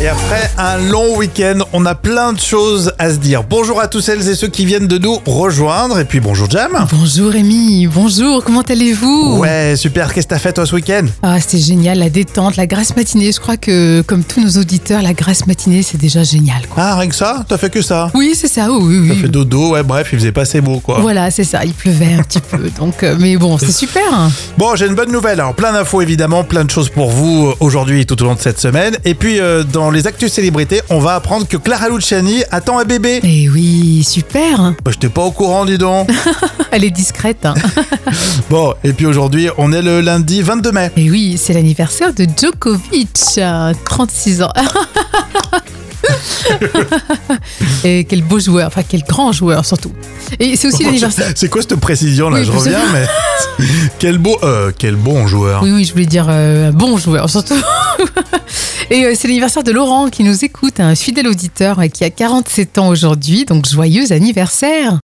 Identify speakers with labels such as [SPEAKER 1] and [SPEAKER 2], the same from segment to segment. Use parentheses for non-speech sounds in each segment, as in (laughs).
[SPEAKER 1] Et après un long week-end, on a plein de choses à se dire. Bonjour à tous celles et ceux qui viennent de nous rejoindre. Et puis bonjour Jam.
[SPEAKER 2] Bonjour Rémi, bonjour, comment allez-vous
[SPEAKER 1] Ouais, super. Qu'est-ce que t'as fait toi ce week-end
[SPEAKER 2] Ah, c'est génial, la détente, la grasse matinée. Je crois que, comme tous nos auditeurs, la grasse matinée, c'est déjà génial. quoi.
[SPEAKER 1] Ah, rien que ça T'as fait que ça
[SPEAKER 2] Oui, c'est ça, Oh, oui, oui,
[SPEAKER 1] T'as
[SPEAKER 2] oui.
[SPEAKER 1] fait dodo, ouais, bref, il faisait pas assez beau quoi.
[SPEAKER 2] Voilà, c'est ça, il pleuvait un petit peu. Donc, euh, mais bon, c'est super. hein.
[SPEAKER 1] Bon, j'ai une bonne nouvelle. Alors, plein d'infos évidemment, plein de choses pour vous euh, aujourd'hui et tout au long de cette semaine. Et puis, euh, dans les actus célébrités, on va apprendre que Clara Luciani attend un bébé.
[SPEAKER 2] Mais Eh oui, super. hein.
[SPEAKER 1] Bah, J'étais pas au courant, dis donc.
[SPEAKER 2] (laughs) Elle est discrète. hein.
[SPEAKER 1] bon, et puis aujourd'hui, on est le lundi 22 mai.
[SPEAKER 2] Mais Eh oui, c'est l'anniversaire de Djokovic, euh, 36 ans. Et quel beau joueur, enfin quel grand joueur surtout. Et c'est aussi l'anniversaire.
[SPEAKER 1] (laughs) C'est quoi cette précision là
[SPEAKER 2] Oui,
[SPEAKER 1] Je
[SPEAKER 2] je sais
[SPEAKER 1] reviens, mais
[SPEAKER 2] (laughs)
[SPEAKER 1] quel beau, euh, quel bon joueur.
[SPEAKER 2] Oui, oui, je voulais dire euh, un bon joueur surtout. (laughs) Et euh, c'est l'anniversaire de Laurent qui nous écoute, un fidèle auditeur euh, qui a 47 ans aujourd'hui, donc joyeux anniversaire.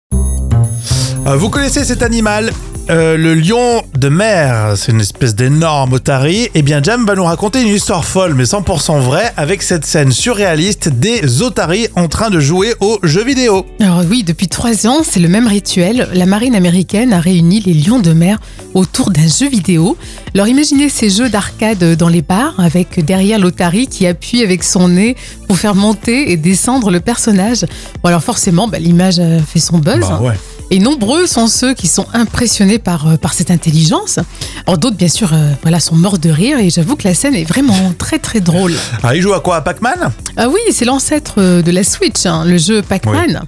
[SPEAKER 1] Euh, vous connaissez cet animal, euh, le lion de mer. C'est une espèce d'énorme otarie. Eh bien, Jam va nous raconter une histoire folle, mais 100% vraie, avec cette scène surréaliste des otaries en train de jouer aux jeux vidéo.
[SPEAKER 2] Alors oui, depuis trois ans, c'est le même rituel. La marine américaine a réuni les lions de mer autour d'un jeu vidéo. Alors imaginez ces jeux d'arcade dans les bars, avec derrière l'Otari qui appuie avec son nez pour faire monter et descendre le personnage. Bon alors forcément, bah, l'image euh, fait son buzz.
[SPEAKER 1] Bah ouais.
[SPEAKER 2] Et nombreux sont ceux qui sont impressionnés par, euh, par cette intelligence. Alors d'autres, bien sûr, euh, voilà, sont morts de rire et j'avoue que la scène est vraiment très très drôle.
[SPEAKER 1] Ah, il joue à quoi À Pac-Man
[SPEAKER 2] Ah oui, c'est l'ancêtre euh, de la Switch, hein, le jeu Pac-Man.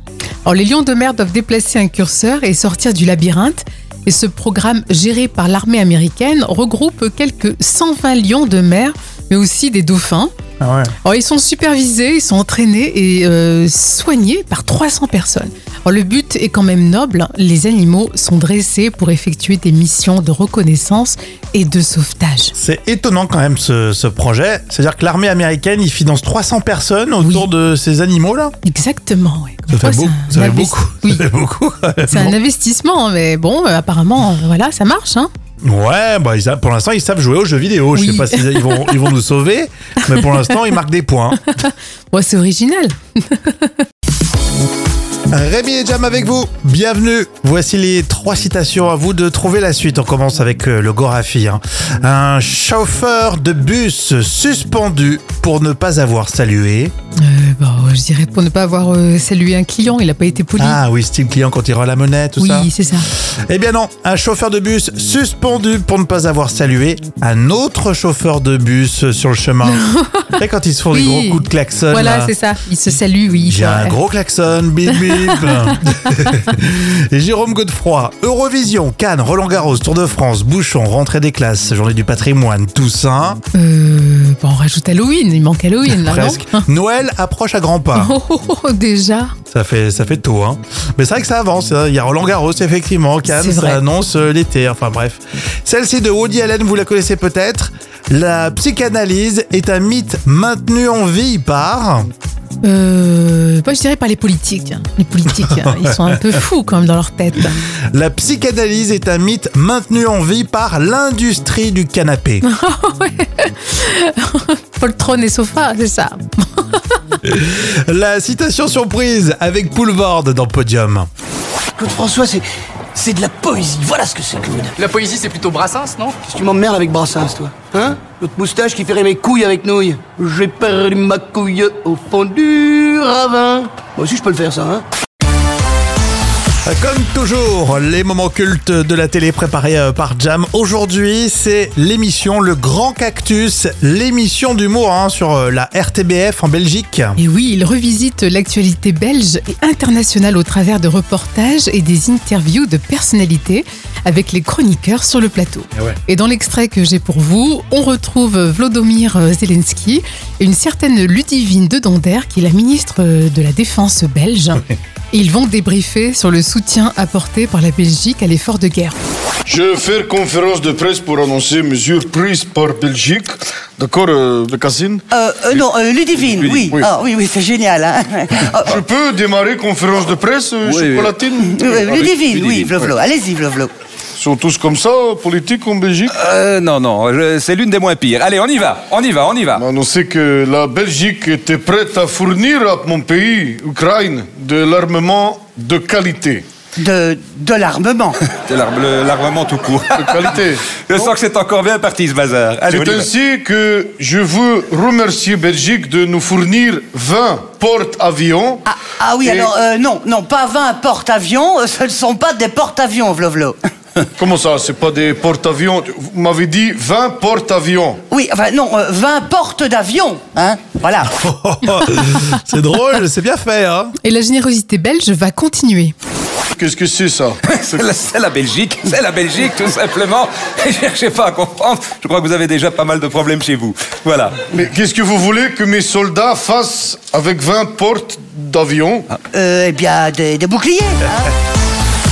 [SPEAKER 2] Alors les lions de mer doivent déplacer un curseur et sortir du labyrinthe. Et ce programme géré par l'armée américaine regroupe quelques 120 lions de mer, mais aussi des dauphins.
[SPEAKER 1] Ah ouais.
[SPEAKER 2] Alors, ils sont supervisés, ils sont entraînés et euh, soignés par 300 personnes. Alors, le but est quand même noble. Les animaux sont dressés pour effectuer des missions de reconnaissance et de sauvetage.
[SPEAKER 1] C'est étonnant quand même ce, ce projet. C'est-à-dire que l'armée américaine, il finance 300 personnes autour de ces animaux là.
[SPEAKER 2] Exactement. ouais. Comme
[SPEAKER 1] Ça
[SPEAKER 2] quoi,
[SPEAKER 1] fait, beau-
[SPEAKER 2] c'est
[SPEAKER 1] ça fait
[SPEAKER 2] un investi-
[SPEAKER 1] beaucoup. (laughs)
[SPEAKER 2] Oui,
[SPEAKER 1] Ça fait beaucoup.
[SPEAKER 2] c'est un investissement, mais bon, euh, apparemment, euh, voilà, ça marche. Hein
[SPEAKER 1] Ouais, bah ils savent- pour l'instant ils savent jouer aux jeux vidéo. Je
[SPEAKER 2] Oui.
[SPEAKER 1] sais pas s'ils ils vont, ils vont nous sauver, mais pour l'instant ils marquent des points.
[SPEAKER 2] Ouais, c'est original.
[SPEAKER 1] Rémi et Jam avec vous, bienvenue. Voici les trois citations à vous de trouver la suite. On commence avec euh, le Gorafi. hein. Un chauffeur de bus suspendu pour ne pas avoir salué.
[SPEAKER 2] Euh, bon, je dirais pour ne pas avoir euh, salué un client, il n'a pas été poli.
[SPEAKER 1] Ah oui, style client quand il rend la monnaie, tout
[SPEAKER 2] oui,
[SPEAKER 1] ça.
[SPEAKER 2] c'est ça.
[SPEAKER 1] Eh bien non, un chauffeur de bus suspendu pour ne pas avoir salué un autre chauffeur de bus sur le chemin. Tu sais, quand ils se font des
[SPEAKER 2] Oui.
[SPEAKER 1] gros coups de klaxon.
[SPEAKER 2] Voilà,
[SPEAKER 1] là.
[SPEAKER 2] c'est ça. Il se salue, oui.
[SPEAKER 1] J'ai
[SPEAKER 2] c'est
[SPEAKER 1] un
[SPEAKER 2] vrai.
[SPEAKER 1] gros klaxon, bip
[SPEAKER 2] (laughs)
[SPEAKER 1] bip. Et Jérôme Godefroy, Eurovision, Cannes, Roland Garros, Tour de France, Bouchon, rentrée des classes, journée du patrimoine, Toussaint,
[SPEAKER 2] Euh, bon, on rajoute Halloween, il manque Halloween là, non
[SPEAKER 1] presque. Noël approche à grands pas.
[SPEAKER 2] (laughs) Oh, oh, oh, déjà.
[SPEAKER 1] Ça fait, ça fait tôt, hein. Mais c'est vrai que ça avance. hein. Il y a Roland Garros, effectivement. Cannes,
[SPEAKER 2] C'est vrai.
[SPEAKER 1] ça annonce euh, l'été. Enfin bref. Celle-ci de Woody Allen, vous la connaissez peut-être. La psychanalyse est un mythe maintenu en vie par.
[SPEAKER 2] Euh, moi, je dirais pas les politiques. tiens. Les politiques, hein, ils sont un peu fous quand même dans leur tête.
[SPEAKER 1] La psychanalyse est un mythe maintenu en vie par l'industrie du canapé.
[SPEAKER 2] Poltron et sofa, c'est ça.
[SPEAKER 1] la citation surprise avec Poulvord dans Podium.
[SPEAKER 3] Claude François, c'est. C'est de la poésie, voilà ce que c'est, Claude.
[SPEAKER 4] La poésie, c'est plutôt Brassens, non
[SPEAKER 3] Qu'est-ce que tu m'emmerdes avec Brassens, toi Hein L'autre moustache qui ferait mes couilles avec nouilles. J'ai perdu ma couille au fond du ravin. Moi aussi, je peux le faire, ça, hein
[SPEAKER 1] Comme toujours, les moments cultes de la télé préparés euh, par Jam. Aujourd'hui, c'est l'émission Le Grand Cactus, l'émission d'humour hein, sur euh, la RTBF en Belgique.
[SPEAKER 2] Et oui, il revisite l'actualité belge et internationale au travers de reportages et des interviews de personnalités avec les chroniqueurs sur le plateau.
[SPEAKER 1] Ah ouais.
[SPEAKER 2] Et dans l'extrait que j'ai pour vous, on retrouve Vlodomir euh, Zelensky et une certaine Ludivine de Donder, qui est la ministre euh, de la Défense belge. Et Ils vont débriefer sur le soutien apporté par la Belgique à l'effort de guerre.
[SPEAKER 5] Je vais faire conférence de presse pour annoncer mesures prises par Belgique. D'accord, euh, le Cassine
[SPEAKER 6] Euh, euh, non, euh, Ludivine,
[SPEAKER 5] Ludivine,
[SPEAKER 6] oui.
[SPEAKER 5] oui.
[SPEAKER 6] Ah, oui, oui, c'est génial. Hein. Oh,
[SPEAKER 5] Je peux démarrer conférence de presse, euh,
[SPEAKER 7] (laughs) Oui, oui.
[SPEAKER 5] chocolatine
[SPEAKER 6] euh, Ludivine, oui,
[SPEAKER 7] Ludivine,
[SPEAKER 6] Vlovlo. Allez-y, Vlovlo.
[SPEAKER 5] Ils sont tous comme ça, politiques en Belgique.
[SPEAKER 7] Euh, non, non, je- c'est l'une des moins pires. Allez, on y va, on y va, on y va.
[SPEAKER 5] On m'a annoncé que la Belgique était prête à fournir à mon pays, Ukraine, de l'armement de qualité.
[SPEAKER 6] de, de (laughs) l'armement.
[SPEAKER 7] C'est l'ar- le- l'armement tout court.
[SPEAKER 5] De qualité.
[SPEAKER 7] (laughs) je sens que c'est encore bien parti ce bazar. Allez, on y
[SPEAKER 5] C'est
[SPEAKER 7] va.
[SPEAKER 5] ainsi que je veux remercier Belgique de nous fournir 20 porte-avions.
[SPEAKER 6] Ah, ah oui,
[SPEAKER 5] Et-
[SPEAKER 6] alors euh, non, non, pas 20 porte-avions, euh, ce ne sont pas des porte-avions, Vlovlo.
[SPEAKER 5] Comment ça, c'est pas des porte-avions Vous m'avez dit 20 porte-avions.
[SPEAKER 6] (laughs) Oui, enfin non, euh, 20 portes d'avions, hein, (laughs) voilà.
[SPEAKER 1] c'est drôle, c'est bien fait. Hein
[SPEAKER 2] Et la générosité belge va continuer.
[SPEAKER 5] Qu'est-ce que c'est ça
[SPEAKER 7] (laughs) C'est la- C'est la Belgique, c'est la Belgique tout simplement. (laughs) Et cherchez pas à comprendre. Je crois que vous avez déjà pas mal de problèmes chez vous. Voilà.
[SPEAKER 5] Mais qu'est-ce que vous voulez que mes soldats fassent avec 20 portes d'avions
[SPEAKER 6] Euh, eh bien, des, des boucliers. hein.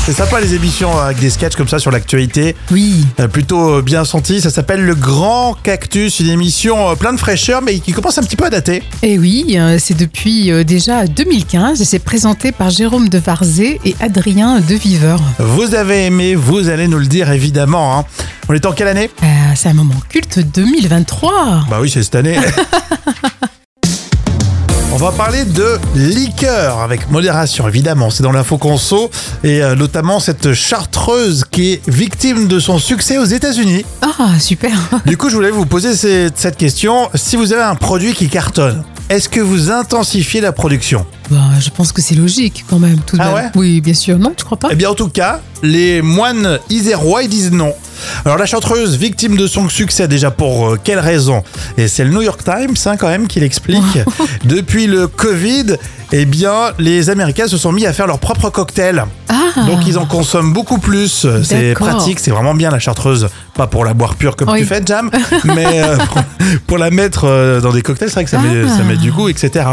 [SPEAKER 1] c'est sympa les émissions hein, avec des sketchs comme ça sur l'actualité.
[SPEAKER 2] Oui.
[SPEAKER 1] Euh, Plutôt euh, bien senti, ça s'appelle Le Grand Cactus, une émission euh, plein de fraîcheur mais qui commence un petit peu à dater.
[SPEAKER 2] Et oui, euh, c'est depuis euh, déjà 2015 et c'est présenté par Jérôme de Varzé et Adrien de Viveur.
[SPEAKER 1] Vous avez aimé, vous allez nous le dire évidemment. hein. On est en quelle année
[SPEAKER 2] Euh, c'est un moment culte 2023.
[SPEAKER 1] Bah oui, c'est cette année. On va parler de liqueur avec modération, évidemment. C'est dans l'info conso et euh, notamment cette chartreuse qui est victime de son succès aux États-Unis.
[SPEAKER 2] Ah, super. (laughs)
[SPEAKER 1] Du coup, je voulais vous poser cette, cette question. Si vous avez un produit qui cartonne, est-ce que vous intensifiez la production
[SPEAKER 2] Bah, je pense que c'est logique quand même. Tout de
[SPEAKER 1] Ah
[SPEAKER 2] même.
[SPEAKER 1] ouais
[SPEAKER 2] oui, bien sûr. Non, tu crois pas
[SPEAKER 1] Eh bien, en tout cas, les moines isérois ils disent non. Alors, la chanteuse, victime de son succès, déjà pour euh, quelle raison Et c'est le New York Times, hein, quand même, qui
[SPEAKER 2] (laughs)
[SPEAKER 1] l'explique. Depuis le Covid, eh bien, les Américains se sont mis à faire leurs propres cocktails.
[SPEAKER 2] Ah,
[SPEAKER 1] Donc, ils en consomment beaucoup plus. C'est
[SPEAKER 2] D'accord.
[SPEAKER 1] pratique, c'est vraiment bien la chartreuse. Pas pour la boire pure comme
[SPEAKER 2] Oui.
[SPEAKER 1] tu fais,
[SPEAKER 2] (laughs)
[SPEAKER 1] Jam, mais euh, pour, pour la mettre euh, dans des cocktails, c'est vrai que ça, met,
[SPEAKER 2] Ah.
[SPEAKER 1] ça met du goût, etc.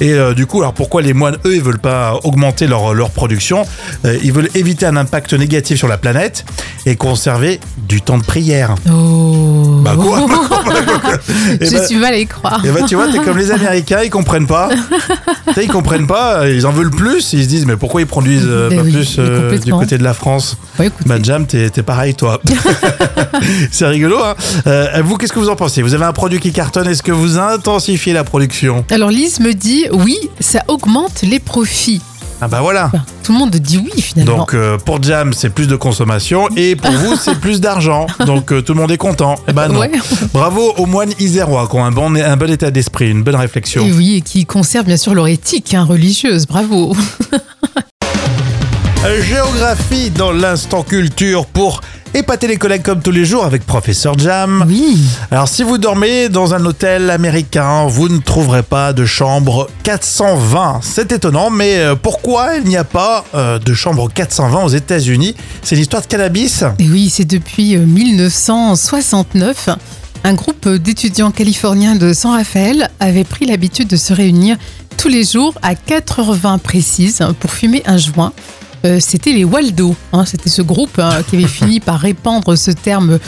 [SPEAKER 1] Et euh, du coup, alors pourquoi les moines, eux, ils veulent pas augmenter leur, leur production Euh, Ils veulent éviter un impact négatif sur la planète et conserver du temps de prière.
[SPEAKER 2] Oh.
[SPEAKER 1] Eh Bah
[SPEAKER 2] (laughs)
[SPEAKER 1] quoi Eh
[SPEAKER 2] Je
[SPEAKER 1] ben-
[SPEAKER 2] suis mal à y croire.
[SPEAKER 1] et bah tu vois, t'es comme les Américains, ils comprennent pas. Tu sais, ils comprennent pas, euh, ils en veulent plus, ils se disent mais pourquoi ils produisent euh,
[SPEAKER 2] Ben
[SPEAKER 1] pas
[SPEAKER 2] oui,
[SPEAKER 1] plus
[SPEAKER 2] mais
[SPEAKER 1] euh, du
[SPEAKER 2] complètement.
[SPEAKER 1] côté de la France
[SPEAKER 2] Bah, écoutez.
[SPEAKER 1] bah Jam, t'es t'es pareil
[SPEAKER 2] (laughs)
[SPEAKER 1] toi. c'est rigolo. Hein Euh, vous, qu'est-ce que vous en pensez Vous avez un produit qui cartonne, est-ce que vous intensifiez la production
[SPEAKER 2] Alors Lise me dit oui, ça augmente les profits.
[SPEAKER 1] Ah bah voilà.
[SPEAKER 2] Enfin, tout le monde dit oui finalement.
[SPEAKER 1] Donc euh, pour Jam, c'est plus de consommation et pour vous, c'est plus d'argent. Donc euh, tout le monde est content. Eh ben non.
[SPEAKER 2] Ouais.
[SPEAKER 1] Bravo aux moines isérois qui ont un bon, un bon état d'esprit, une bonne réflexion.
[SPEAKER 2] et oui, et qui conserve bien sûr leur éthique hein, religieuse. Bravo.
[SPEAKER 1] Géographie dans l'instant culture pour épater les collègues comme tous les jours avec professeur Jam.
[SPEAKER 2] Oui.
[SPEAKER 1] Alors si vous dormez dans un hôtel américain, vous ne trouverez pas de chambre 420. C'est étonnant, mais euh, pourquoi il n'y a pas euh, de chambre 420 aux États-Unis C'est l'histoire de cannabis.
[SPEAKER 2] Et oui, c'est depuis euh, 1969. Un groupe d'étudiants californiens de San Rafael avait pris l'habitude de se réunir tous les jours à 4h20 précises pour fumer un joint. Euh, c'était les Waldo. hein, c'était ce groupe hein, qui avait fini par répandre ce terme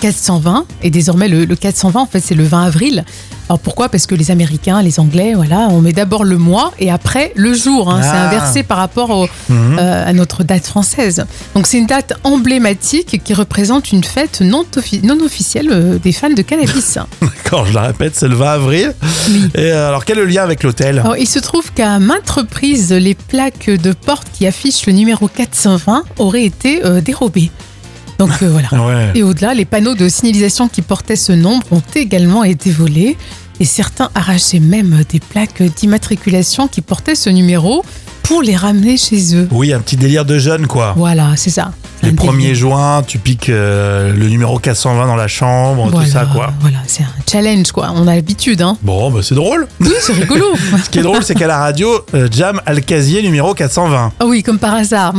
[SPEAKER 2] 420. Et désormais, le, le 420, en fait, c'est le 20 avril. Alors pourquoi Parce que les Américains, les Anglais, voilà, on met d'abord le mois et après le jour. hein. C'est
[SPEAKER 1] Ah.
[SPEAKER 2] inversé par rapport au-
[SPEAKER 1] Mhm.
[SPEAKER 2] euh, à notre date française. Donc c'est une date emblématique qui représente une fête non, offi- non officielle euh, des fans de
[SPEAKER 1] (laughs)
[SPEAKER 2] cannabis.
[SPEAKER 1] Ah. Quand je la répète, c'est le 20 avril.
[SPEAKER 2] Oui.
[SPEAKER 1] Et euh, alors quel est le lien avec l'hôtel
[SPEAKER 2] Alors, il se trouve qu'à maintes reprises, les plaques de porte qui affichent le numéro 420 auraient été euh, dérobées. Donc euh,
[SPEAKER 1] (laughs)
[SPEAKER 2] voilà.
[SPEAKER 1] Ouais.
[SPEAKER 2] Et au-delà, les panneaux de signalisation qui portaient ce nombre ont également été volés. Et certains arrachaient même des plaques d'immatriculation qui portaient ce numéro pour les ramener chez eux.
[SPEAKER 1] Oui, un petit délire de jeune quoi.
[SPEAKER 2] Voilà, c'est ça.
[SPEAKER 1] Les
[SPEAKER 2] Un délire.
[SPEAKER 1] premiers joints, tu piques euh, le numéro 420 dans la chambre,
[SPEAKER 2] Voilà,
[SPEAKER 1] tout ça quoi.
[SPEAKER 2] Voilà, c'est un challenge quoi. On a l'habitude, hein.
[SPEAKER 1] Bon, bah c'est drôle.
[SPEAKER 2] Oui,
[SPEAKER 1] (laughs)
[SPEAKER 2] c'est rigolo.
[SPEAKER 1] Ce qui est drôle, c'est qu'à la radio, euh, Jam a le casier numéro 420.
[SPEAKER 2] Ah oui, comme par hasard.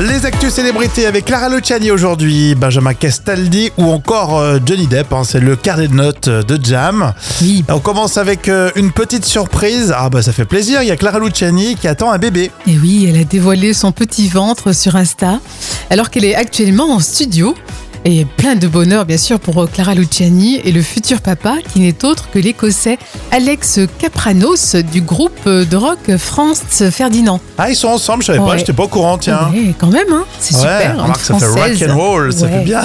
[SPEAKER 1] Les actus célébrités avec Clara Luciani aujourd'hui, Benjamin Castaldi ou encore euh, Johnny Depp. hein, c'est le carnet de notes euh, de Jam.
[SPEAKER 2] Oui.
[SPEAKER 1] On commence avec euh, une petite surprise. Ah bah ça fait plaisir. Il y a Clara Luciani qui attend un bébé.
[SPEAKER 2] Et oui, elle a dévoilé son petit ventre sur Insta alors qu'elle est actuellement en studio. Et plein de bonheur, bien sûr, pour Clara Luciani et le futur papa, qui n'est autre que l'écossais Alex Capranos du groupe de rock Franz Ferdinand.
[SPEAKER 1] Ah, ils sont ensemble, je savais pas,
[SPEAKER 2] Ouais.
[SPEAKER 1] j'étais pas au courant, tiens.
[SPEAKER 2] Ouais, quand même, hein, c'est
[SPEAKER 1] Ouais,
[SPEAKER 2] super. entre
[SPEAKER 1] remarque, ça fait
[SPEAKER 2] Françaises.
[SPEAKER 1] rock and roll, ça fait
[SPEAKER 2] Ouais.
[SPEAKER 1] bien.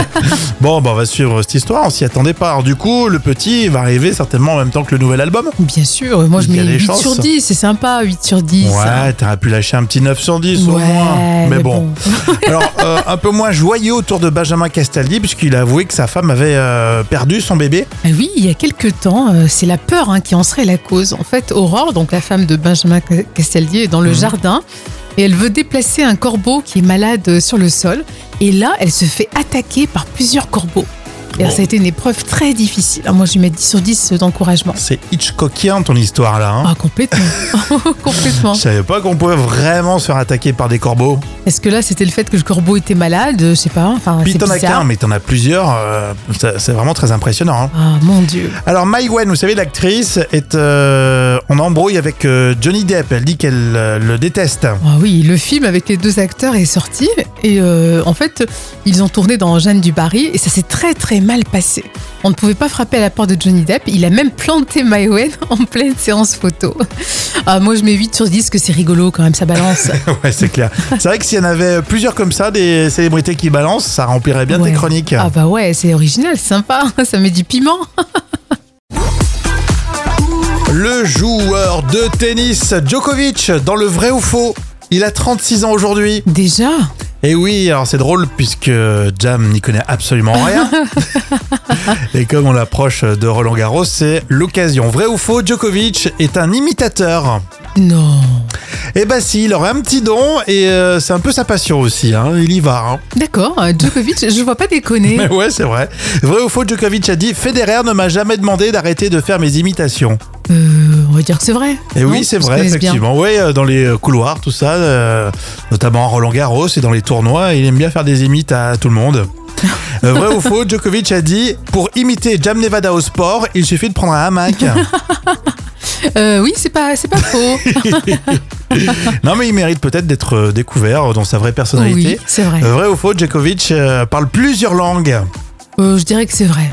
[SPEAKER 1] (laughs) bon, bah, on va suivre cette histoire, on s'y attendait pas. Alors, du coup, le petit va arriver certainement en même temps que le nouvel album.
[SPEAKER 2] Bien sûr, moi je
[SPEAKER 1] Il y a
[SPEAKER 2] mets
[SPEAKER 1] des
[SPEAKER 2] 8
[SPEAKER 1] chances.
[SPEAKER 2] sur 10, c'est sympa, 8 sur 10. hein.
[SPEAKER 1] Ouais, t'aurais pu lâcher un petit 9 sur 10 au
[SPEAKER 2] Ouais,
[SPEAKER 1] moins. Mais,
[SPEAKER 2] mais
[SPEAKER 1] bon.
[SPEAKER 2] bon.
[SPEAKER 1] Alors, euh, un peu moins joyeux autour de Benjamin Castaldi, puisqu'il a avoué que sa femme avait euh, perdu son bébé.
[SPEAKER 2] Ah oui, il y a quelques temps, euh, c'est la peur hein, qui en serait la cause. En fait, Aurore, donc la femme de Benjamin Ca- Castaldi, est dans
[SPEAKER 1] Mhm.
[SPEAKER 2] le jardin et elle veut déplacer un corbeau qui est malade euh, sur le sol. Et là, elle se fait attaquer par plusieurs corbeaux. Et alors, ça a été une épreuve très difficile. Alors, moi, je lui mets 10 sur 10 d'encouragement.
[SPEAKER 1] C'est Hitchcockien ton histoire là. hein.
[SPEAKER 2] Ah, complètement. (laughs) complètement.
[SPEAKER 1] Je savais pas qu'on pouvait vraiment se faire attaquer par des corbeaux.
[SPEAKER 2] Est-ce que là, c'était le fait que le corbeau était malade euh, Je sais pas. Enfin,
[SPEAKER 1] Puis
[SPEAKER 2] Ah, c'est
[SPEAKER 1] t'en as qu'un,
[SPEAKER 2] bizarre.
[SPEAKER 1] mais t'en as plusieurs. euh, ça- c'est vraiment très impressionnant. hein.
[SPEAKER 2] Ah, mon Dieu.
[SPEAKER 1] Alors, Mai Wen, vous savez, l'actrice est euh, en embrouille avec euh, Johnny Depp. Elle dit qu'elle euh, le déteste.
[SPEAKER 2] Ah oui, le film avec les deux acteurs est sorti et euh, en fait, ils ont tourné dans Jeanne du Barry et ça s'est très très mal passé. On ne pouvait pas frapper à la porte de Johnny Depp, il a même planté Mayowen (laughs) en pleine séance photo. Ah, moi je mets 8 sur 10 que c'est rigolo quand même, ça balance.
[SPEAKER 1] (laughs) ouais, c'est clair. c'est vrai que s'il y en avait plusieurs comme ça, des célébrités qui balancent, ça remplirait (laughs) bien
[SPEAKER 2] Ouais.
[SPEAKER 1] tes chroniques.
[SPEAKER 2] Ah bah ouais, c'est original, c'est sympa, (laughs) ça met du piment.
[SPEAKER 1] Le joueur de tennis Djokovic, dans le vrai ou faux, il a 36 ans aujourd'hui.
[SPEAKER 2] Déjà
[SPEAKER 1] Et oui, alors c'est drôle puisque Jam n'y connaît absolument
[SPEAKER 2] (laughs)
[SPEAKER 1] rien. Et comme on approche de Roland Garros, c'est l'occasion. Vrai ou faux, Djokovic est un imitateur.
[SPEAKER 2] Non.
[SPEAKER 1] Eh ben si, il aurait un petit don et euh, c'est un peu sa passion aussi, hein. il y va. hein.
[SPEAKER 2] D'accord, euh, Djokovic, je vois pas déconner.
[SPEAKER 1] Mais ouais, c'est vrai. Vrai ou faux, Djokovic a dit Federer ne m'a jamais demandé d'arrêter de faire mes imitations.
[SPEAKER 2] Euh, on va dire que c'est vrai.
[SPEAKER 1] Et
[SPEAKER 2] non
[SPEAKER 1] Eh oui, c'est
[SPEAKER 2] Ils se
[SPEAKER 1] vrai,
[SPEAKER 2] connaissent bien.
[SPEAKER 1] effectivement. Oui, euh, dans les euh, couloirs, tout ça, euh, notamment en Roland Garros et dans les tournois, il aime bien faire des imites à tout le
[SPEAKER 2] (laughs)
[SPEAKER 1] monde. Euh, vrai ou faux, Djokovic a dit pour imiter Jam Nevada au sport, il suffit de prendre un
[SPEAKER 2] (laughs)
[SPEAKER 1] hamac.
[SPEAKER 2] Euh, oui, c'est pas,
[SPEAKER 1] (laughs)
[SPEAKER 2] c'est pas faux.
[SPEAKER 1] non, mais il mérite peut-être d'être euh, découvert dans sa vraie
[SPEAKER 2] oui,
[SPEAKER 1] personnalité.
[SPEAKER 2] c'est vrai.
[SPEAKER 1] Euh, Vrai ou faux, Djokovic euh, parle plusieurs langues.
[SPEAKER 2] Euh, je dirais que c'est vrai.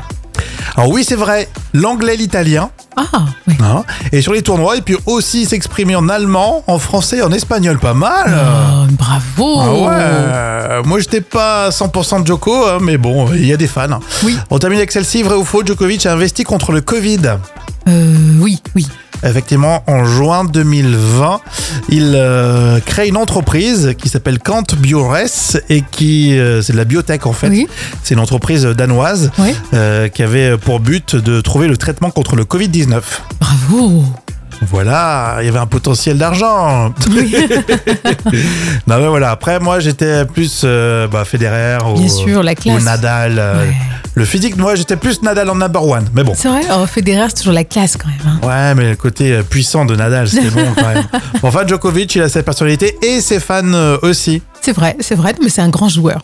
[SPEAKER 1] Alors oui, c'est vrai, l'anglais, l'italien,
[SPEAKER 2] Ah, oui.
[SPEAKER 1] hein, et sur les tournois, il peut aussi s'exprimer en allemand, en français, en espagnol, pas mal.
[SPEAKER 2] Oh, bravo
[SPEAKER 1] Ah ouais, euh,
[SPEAKER 2] Oh.
[SPEAKER 1] moi j'étais pas 100% Djoko, hein, mais bon, il y a des fans.
[SPEAKER 2] Oui.
[SPEAKER 1] On termine avec celle-ci, vrai ou faux, Djokovic a investi contre le Covid.
[SPEAKER 2] Euh, oui, oui.
[SPEAKER 1] Effectivement, en juin 2020, il euh, crée une entreprise qui s'appelle Kant Biores et qui, euh, c'est de la biotech en fait.
[SPEAKER 2] Oui.
[SPEAKER 1] C'est une entreprise danoise
[SPEAKER 2] Ouais.
[SPEAKER 1] euh, qui avait pour but de trouver le traitement contre le Covid-19.
[SPEAKER 2] Bravo
[SPEAKER 1] Voilà, il y avait un potentiel d'argent.
[SPEAKER 2] (laughs)
[SPEAKER 1] non mais voilà, après moi j'étais plus euh, bah, Federer ou,
[SPEAKER 2] Bien sûr, la classe.
[SPEAKER 1] ou Nadal. euh,
[SPEAKER 2] Ouais.
[SPEAKER 1] Le physique, moi j'étais plus Nadal en number one. Mais bon.
[SPEAKER 2] C'est vrai Oh, Federer, c'est toujours la classe quand même. hein.
[SPEAKER 1] Ouais, mais le côté euh, puissant de Nadal, c'était bon quand
[SPEAKER 2] (laughs)
[SPEAKER 1] même. Enfin, Djokovic, il a sa personnalité et ses fans euh, aussi.
[SPEAKER 2] C'est vrai, c'est vrai, mais c'est un grand joueur.